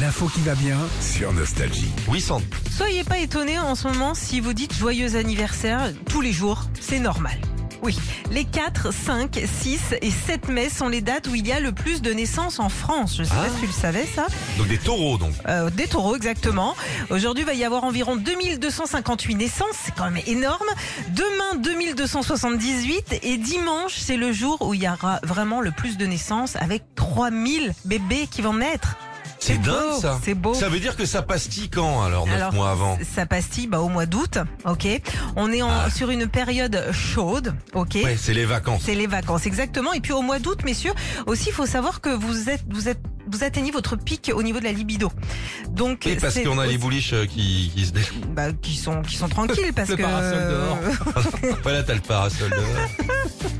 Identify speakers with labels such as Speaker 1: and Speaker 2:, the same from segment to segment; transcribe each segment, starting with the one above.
Speaker 1: L'info qui va bien sur Nostalgie.
Speaker 2: Oui, Sandre.
Speaker 3: Soyez pas étonnés en ce moment si vous dites joyeux anniversaire tous les jours, c'est normal. Oui, les 4, 5, 6 et 7 mai sont les dates où il y a le plus de naissances en France. Je sais pas
Speaker 2: Ah.
Speaker 3: si tu le savais ça.
Speaker 2: Donc des taureaux, donc.
Speaker 3: Euh, des taureaux exactement. Aujourd'hui, il va y avoir environ 2258 naissances, c'est quand même énorme. Demain, 2278 et dimanche, c'est le jour où il y aura vraiment le plus de naissances avec 3000 bébés qui vont naître.
Speaker 2: C'est
Speaker 3: beau,
Speaker 2: dingue, ça.
Speaker 3: C'est beau.
Speaker 2: Ça veut dire que ça pastille quand, alors, 9
Speaker 3: Alors,
Speaker 2: mois avant
Speaker 3: Ça pastille bah, au mois d'août, ok. On est en-
Speaker 2: Ah.
Speaker 3: sur une période chaude, ok.
Speaker 2: Ouais, c'est les vacances.
Speaker 3: C'est les vacances, exactement. Et puis au mois d'août, messieurs, aussi, il faut savoir que vous êtes, vous êtes, vous atteignez votre pic au niveau de la libido. Donc,
Speaker 2: Oui, parce
Speaker 3: c'est
Speaker 2: qu'on a les
Speaker 3: aussi-
Speaker 2: bouliches euh, qui, qui se déchirent.
Speaker 3: bah, qui sont, qui sont tranquilles parce
Speaker 2: Le
Speaker 3: que.
Speaker 2: parasol dehors. Voilà, t'as le parasol. dehors.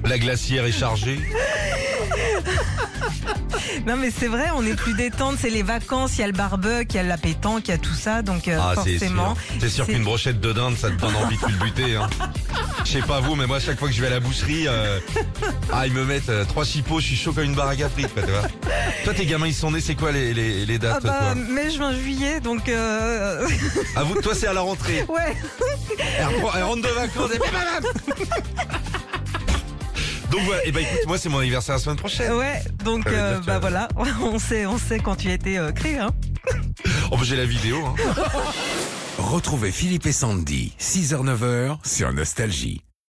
Speaker 2: La glacière est chargée.
Speaker 3: non, mais c'est vrai, on est plus détente. C'est les vacances, il y a le barbecue, il y a la pétanque, il y a tout ça. Donc, euh,
Speaker 2: Ah, c'est
Speaker 3: forcément.
Speaker 2: sûr. C'est sûr
Speaker 3: c'est-
Speaker 2: qu'une brochette de dinde, ça te donne envie de le buter. Hein. Je sais pas vous, mais moi, chaque fois que je vais à la boucherie, euh, ah, ils me mettent euh, trois chipots, je suis chaud comme une baraque à frites, quoi, tu vois. Toi, tes gamins, ils sont nés, c'est quoi les, les, les
Speaker 3: Ah
Speaker 2: dates,
Speaker 3: bah,
Speaker 2: toi
Speaker 3: mai, juin, juillet, donc euh,
Speaker 2: À vous, toi, c'est à la rentrée.
Speaker 3: ouais.
Speaker 2: Elle, reprend- elle rentre de vacances. elle fait, Maman Donc voilà, et bah écoute, moi c'est mon anniversaire la semaine prochaine.
Speaker 3: Ouais, donc
Speaker 2: Ça veut
Speaker 3: euh,
Speaker 2: dire que-
Speaker 3: bah voilà, on sait, on sait quand tu as été euh, créé. Hein.
Speaker 2: Oh bah j'ai la vidéo. Hein.
Speaker 1: Retrouvez Philippe et Sandy, 6h-9h sur Nostalgie.